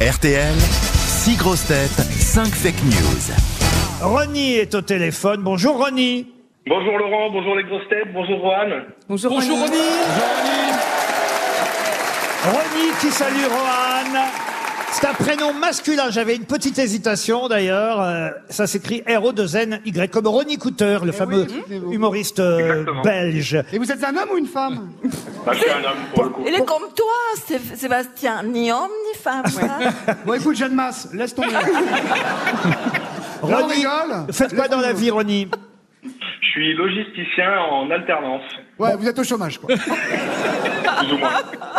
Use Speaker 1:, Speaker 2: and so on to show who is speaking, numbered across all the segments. Speaker 1: RTL, 6 grosses têtes, 5 fake news.
Speaker 2: Ronny est au téléphone. Bonjour Ronny.
Speaker 3: Bonjour Laurent, bonjour les grosses têtes, bonjour Juan.
Speaker 4: Bonjour, Ronny.
Speaker 2: Ronny qui salue Rohan. C'est un prénom masculin. J'avais une petite hésitation d'ailleurs. Euh, ça s'écrit R-O-2-N-Y, comme Ronny Couteur, le fameux humoriste euh,
Speaker 3: Exactement.
Speaker 2: belge.
Speaker 5: Et vous êtes un homme ou une femme
Speaker 3: Bah, je suis un homme pour le coup.
Speaker 4: Il est comme toi, Sé- Sébastien, ni homme ni femme. hein.
Speaker 5: Bon, écoute, Jeanne Masse, laisse tomber. on
Speaker 2: Ronny,
Speaker 5: rigole.
Speaker 2: faites quoi dans la vie, Ronny
Speaker 3: Je suis logisticien en alternance,
Speaker 5: Ouais, vous êtes au chômage, quoi.
Speaker 3: plus ou moins.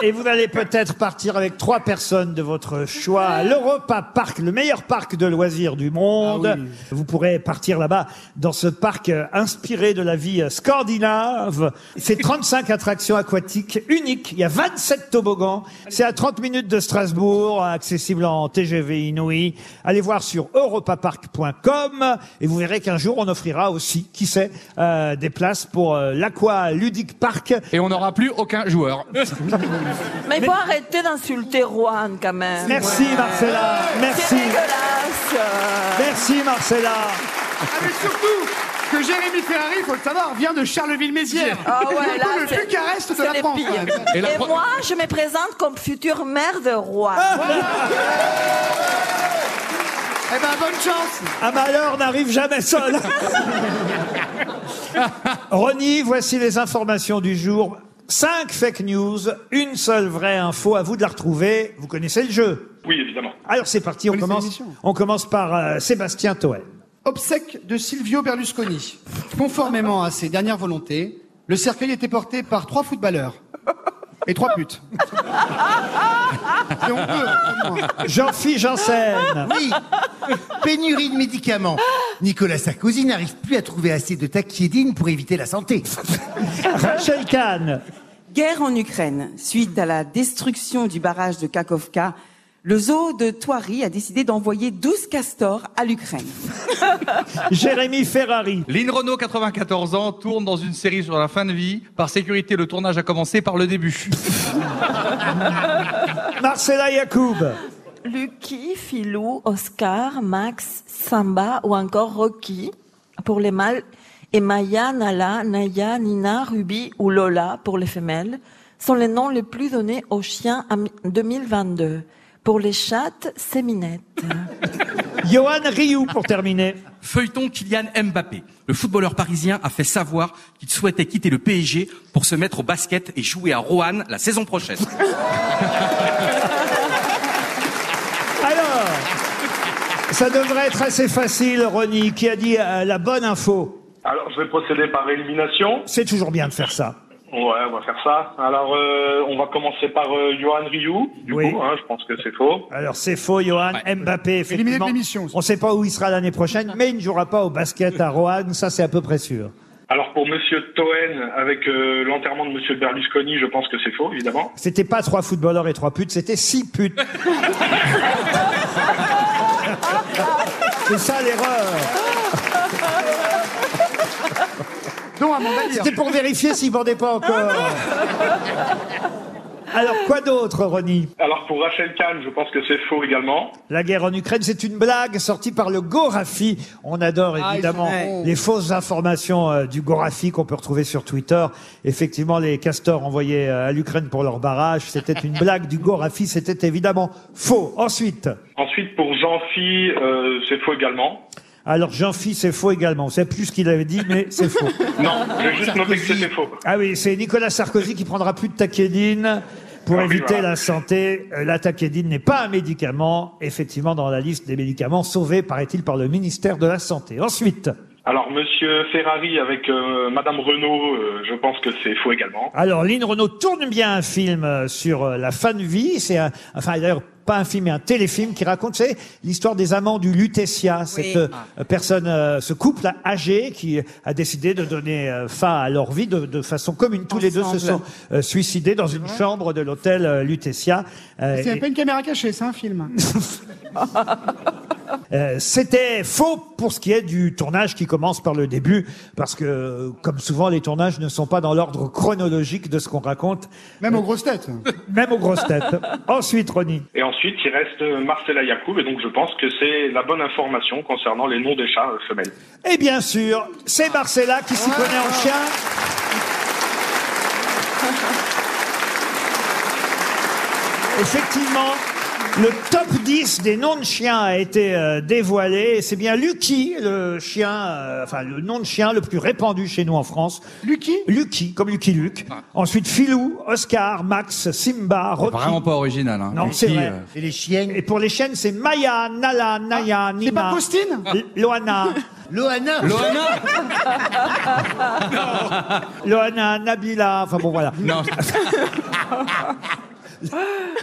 Speaker 2: Et vous allez peut-être partir avec trois personnes de votre choix à l'Europa Park, le meilleur parc de loisirs du monde.
Speaker 5: Ah oui.
Speaker 2: Vous pourrez partir là-bas dans ce parc euh, inspiré de la vie euh, scandinave. C'est 35 attractions aquatiques uniques. Il y a 27 toboggans. C'est à 30 minutes de Strasbourg, accessible en TGV Inouï. Allez voir sur europapark.com et vous verrez qu'un jour on offrira aussi, qui sait, euh, des places pour euh, l'Aqua Ludic Park.
Speaker 6: Et on n'aura plus aucun joueur.
Speaker 4: Mais il faut arrêter d'insulter Juan quand même.
Speaker 2: Merci Marcella,
Speaker 4: C'est
Speaker 2: merci.
Speaker 4: dégueulasse. euh.
Speaker 2: Merci Marcella.
Speaker 5: Ah, mais surtout que Jérémy Ferrari, faut le savoir, vient de Charleville-Mézières.
Speaker 4: Ah ouais, là,
Speaker 5: le
Speaker 4: c'est-
Speaker 5: Bucarest de
Speaker 4: c'est
Speaker 5: la
Speaker 4: les
Speaker 5: France.
Speaker 4: pires.
Speaker 5: quand même.
Speaker 6: Et la
Speaker 4: Et
Speaker 6: pro-
Speaker 4: moi, je me présente comme future mère de roi.
Speaker 5: Ah. Eh ben, bonne chance.
Speaker 2: Un malheur n'arrive jamais seul. Ronny, voici les informations du jour. Cinq fake news, une seule vraie info, à vous de la retrouver. Vous connaissez le jeu.
Speaker 3: Oui, évidemment.
Speaker 2: Alors c'est parti, on
Speaker 5: connaissez
Speaker 2: commence,
Speaker 5: l'émission.
Speaker 2: on commence par euh, Sébastien Toel.
Speaker 5: Obsèque de Silvio Berlusconi. Conformément à ses dernières volontés, le cercueil était porté par trois footballeurs et trois putes. Et on peut, au moins.
Speaker 2: Jean-Philippe Janssen.
Speaker 7: Oui. Pénurie de médicaments. Nicolas Sarkozy n'arrive plus à trouver assez de taquiédine pour éviter la santé.
Speaker 2: Rachel Kahn.
Speaker 8: Guerre en Ukraine. Suite à la destruction du barrage de Kakovka, le zoo de Toiri a décidé d'envoyer 12 castors à l'Ukraine.
Speaker 2: Jérémy Ferrari.
Speaker 6: Lynn Renault, 94 ans, tourne dans une série sur la fin de vie. Par sécurité, le tournage a commencé par le début.
Speaker 2: Marcella Yacoub.
Speaker 4: Lucky, Filou, Oscar, Max, Samba ou encore Rocky pour les mâles et Maya, Nala, Naya, Nina, Ruby ou Lola pour les femelles sont les noms les plus donnés aux chiens en 2022. Pour les chattes, c'est Minette.
Speaker 2: Johan Rioux pour terminer.
Speaker 9: Feuilleton Kylian Mbappé. Le footballeur parisien a fait savoir qu'il souhaitait quitter le PSG pour se mettre au basket et jouer à Roanne la saison prochaine.
Speaker 2: Alors, ça devrait être assez facile, Ronny, qui a dit euh, la bonne info.
Speaker 3: Alors, je vais procéder par élimination.
Speaker 2: C'est toujours bien de faire ça.
Speaker 3: Ouais, on va faire ça. Alors, euh, on va commencer par euh, Johan Rioux, du
Speaker 2: Oui.
Speaker 3: coup, hein, je pense que c'est faux.
Speaker 2: Alors c'est faux, Johan. Mbappé,
Speaker 5: Éliminé de
Speaker 2: effectivement.
Speaker 5: l'émission aussi.
Speaker 2: On ne sait pas où il sera l'année prochaine, mais il ne jouera pas au basket à Roanne, ça c'est à peu près sûr.
Speaker 3: Alors, pour Monsieur Toen, avec euh, l'enterrement de Monsieur Berlusconi, je pense que c'est faux, évidemment.
Speaker 2: C'était pas trois footballeurs et trois putes, c'était six putes. c'est ça l'erreur.
Speaker 5: Non, à mon avis.
Speaker 2: C'était pour vérifier s'il vendait pas encore. Alors quoi d'autre, Ronnie
Speaker 3: Alors, pour Rachel Kahn, je pense que c'est faux également.
Speaker 2: La guerre en Ukraine, c'est une blague sortie par le Gorafi. On adore évidemment
Speaker 5: sont-
Speaker 2: les fausses informations euh, du Gorafi qu'on peut retrouver sur Twitter. Effectivement, les castors envoyés euh, à l'Ukraine pour leur barrage, c'était une blague du Gorafi, c'était évidemment faux. Ensuite,
Speaker 3: Ensuite, pour Jean-Phi, euh, c'est faux également.
Speaker 2: alors jean phi c'est faux également. On sait plus ce qu'il avait dit, mais c'est faux.
Speaker 3: Non, j'ai juste noté que c'était faux.
Speaker 2: Ah oui, c'est Nicolas Sarkozy qui prendra plus de taquédine pour
Speaker 3: Ah oui,
Speaker 2: éviter
Speaker 3: voilà.
Speaker 2: la santé. Euh, La taquédine n'est pas un médicament, effectivement, dans la liste des médicaments sauvés, paraît-il, par le ministère de la Santé. Ensuite,
Speaker 3: Alors, Monsieur Ferrari avec euh, Madame Renault, euh, je pense que c'est faux également.
Speaker 2: alors Lynn Renault tourne bien un film euh, sur euh, la fin de vie. C'est un, enfin d'ailleurs pas un film, mais un téléfilm qui raconte c'est l'histoire des amants du Lutetia, cette euh, personne, euh, ce couple âgé qui a décidé de donner euh, fin à leur vie de, de façon commune. Tous les deux se sont
Speaker 8: Ensemble.
Speaker 2: euh, suicidés dans une chambre de l'hôtel euh, Lutetia. Euh,
Speaker 5: C'est
Speaker 2: et-
Speaker 5: pas une caméra cachée, c'est un film.
Speaker 2: Euh, C'était faux pour ce qui est du tournage qui commence par le début, parce que, euh, comme souvent, les tournages ne sont pas dans l'ordre chronologique de ce qu'on raconte,
Speaker 5: Même aux grosses têtes.
Speaker 2: même aux grosses têtes. Ensuite, Ronnie.
Speaker 3: Et ensuite, il reste euh, Marcella Yacoub, et donc je pense que c'est la bonne information concernant les noms des chats euh, femelles.
Speaker 2: Et bien sûr, c'est Marcella qui s'y connaît en chien. Effectivement, le top 10 des noms de chiens a été euh, dévoilé. Et C'est bien Lucky, le chien, euh, enfin le nom de chien le plus répandu chez nous en France.
Speaker 5: Lucky Ah.
Speaker 2: Lucky, comme Lucky Luke. Ensuite, Filou, Oscar, Max, Simba, Rocky.
Speaker 6: Vraiment pas original. Hein.
Speaker 2: Non, c'est
Speaker 6: Lucky,
Speaker 2: vrai.
Speaker 6: euh,
Speaker 7: Et les chiennes.
Speaker 2: Et pour les chiennes, c'est Maya, Nala, Naya,
Speaker 5: Ah, C'est pas
Speaker 2: Nima,
Speaker 5: Faustine
Speaker 2: L- Loana,
Speaker 7: Loana.
Speaker 6: Loana
Speaker 2: Loana, Nabila. Enfin bon, voilà.
Speaker 6: Non,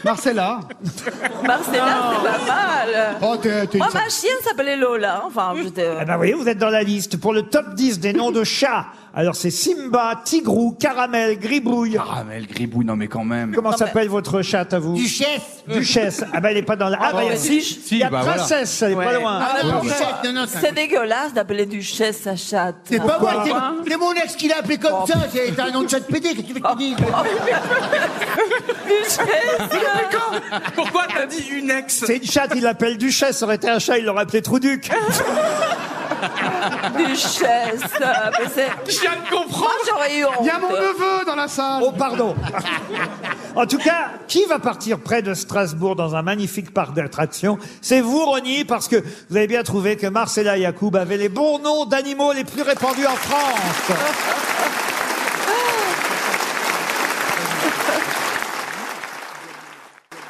Speaker 5: Marcella.
Speaker 4: Marcella, c'est pas mal.
Speaker 5: Oh, t'es t'es une
Speaker 4: Moi, ma chienne s'appelait Lola. Enfin, j'étais.
Speaker 2: Eh ben, vous voyez, vous êtes dans la liste pour le top 10 des noms de chats. Alors, c'est Simba, Tigrou, Caramel, Gribouille.
Speaker 6: Caramel, gribouille, non Ah, mais quand même.
Speaker 2: Comment s'appelle votre chatte à vous
Speaker 7: Duchesse.
Speaker 2: Duchesse. Ah ben, elle est pas dans la... Ah, ben, il y a,
Speaker 4: Oh. si,
Speaker 2: il y a
Speaker 6: bah, voilà.
Speaker 2: Princesse, elle est pas
Speaker 4: Ouais.
Speaker 2: loin.
Speaker 7: Ah, non, non,
Speaker 4: Ouais.
Speaker 7: Duchesse, non, non, c'est un-
Speaker 4: C'est dégueulasse d'appeler duchesse sa chatte.
Speaker 7: C'est pas moi, c'est- c'est mon ex qui l'a appelé comme ça, c'est un nom de chat de pédé, qu'est-ce que tu veux que je te dise
Speaker 4: Duchesse
Speaker 9: Pourquoi t'as dit une ex
Speaker 2: C'est une chatte, il l'appelle Duchesse. Ça aurait été un chat, il l'aurait appelé Trouduc.
Speaker 4: Duchesse mais c'est-
Speaker 9: Je viens de comprendre
Speaker 4: Moi, j'aurais eu honte.
Speaker 5: Il y a mon neveu dans la salle.
Speaker 2: Oh, pardon. en tout cas, qui va partir près de Strasbourg dans un magnifique parc d'attractions C'est vous, Ronnie, parce que vous avez bien trouvé que Marcella Yacoub avait les bons noms d'animaux les plus répandus en France.